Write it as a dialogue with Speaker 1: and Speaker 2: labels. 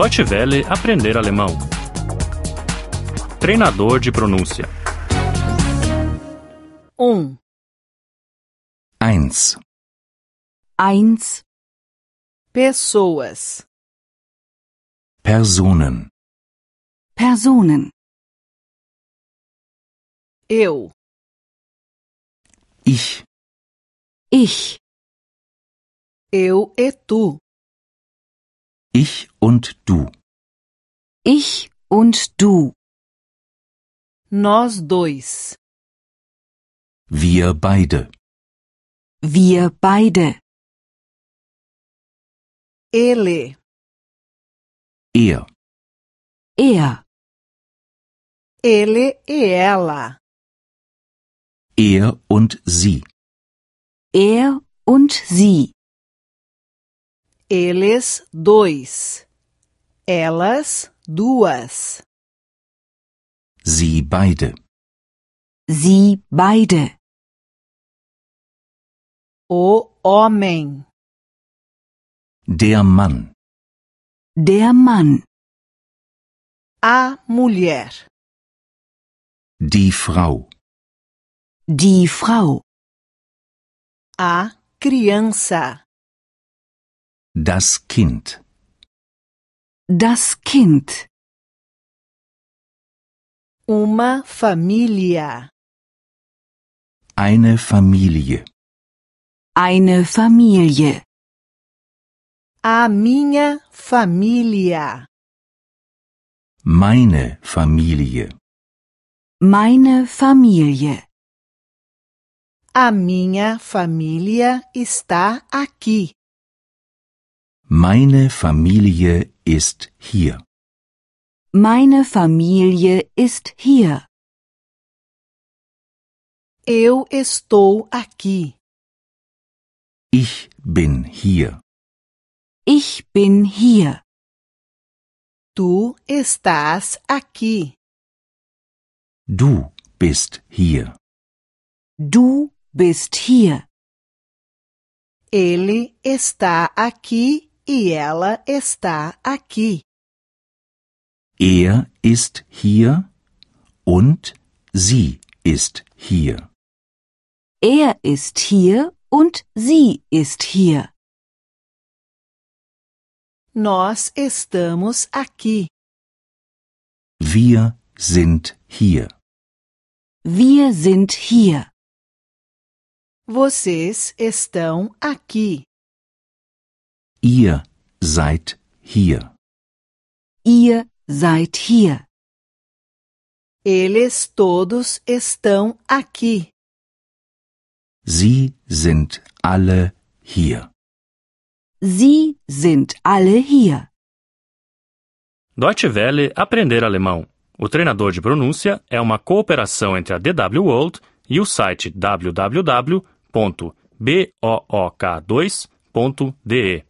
Speaker 1: Deutsche Welle aprender alemão. Treinador de pronúncia.
Speaker 2: 1,
Speaker 3: 1.
Speaker 4: 1.
Speaker 2: pessoas,
Speaker 3: Personen.
Speaker 4: Personen.
Speaker 2: eu,
Speaker 3: Ich.
Speaker 4: Ich.
Speaker 2: eu e tu,
Speaker 3: Ich und du.
Speaker 4: Ich und du.
Speaker 2: nós dois,
Speaker 3: Wir beide.
Speaker 4: Wir beide.
Speaker 2: ele,
Speaker 3: Er.
Speaker 4: Er.
Speaker 2: ele e ela,
Speaker 3: Er und sie.
Speaker 4: Er und sie.
Speaker 2: eles dois, elas duas,
Speaker 3: Sie beide.
Speaker 4: Sie beide.
Speaker 2: o homem,
Speaker 3: Der Mann.
Speaker 4: Der Mann.
Speaker 2: a mulher,
Speaker 3: Die Frau.
Speaker 4: Die Frau.
Speaker 2: a criança,
Speaker 3: Das Kind.
Speaker 4: Das Kind.
Speaker 2: uma família,
Speaker 3: Eine Familie.
Speaker 4: Eine Familie.
Speaker 2: a minha família,
Speaker 3: Meine Familie.
Speaker 4: Meine Familie.
Speaker 2: a minha família está aqui.
Speaker 3: Meine Familie ist hier.
Speaker 4: Meine Familie ist hier.
Speaker 2: Eu estou aqui.
Speaker 3: Ich bin hier.
Speaker 4: Ich bin hier.
Speaker 2: Tu estás aqui.
Speaker 3: Du bist hier.
Speaker 4: Du bist hier.
Speaker 2: Ele está aqui e ela está aqui.
Speaker 3: Er ist hier und sie ist hier.
Speaker 4: Er ist hier und sie ist hier.
Speaker 2: Nós estamos aqui.
Speaker 3: Wir sind hier.
Speaker 4: Wir sind hier.
Speaker 2: Vocês estão aqui.
Speaker 3: Ihr seid hier.
Speaker 4: Ihr seid hier.
Speaker 2: Eles todos estão aqui.
Speaker 3: Sie sind alle hier.
Speaker 4: Sie sind alle hier.
Speaker 1: Deutsche Welle aprender alemão. O treinador de pronúncia é uma cooperação entre a DW World e o site www.book2.de.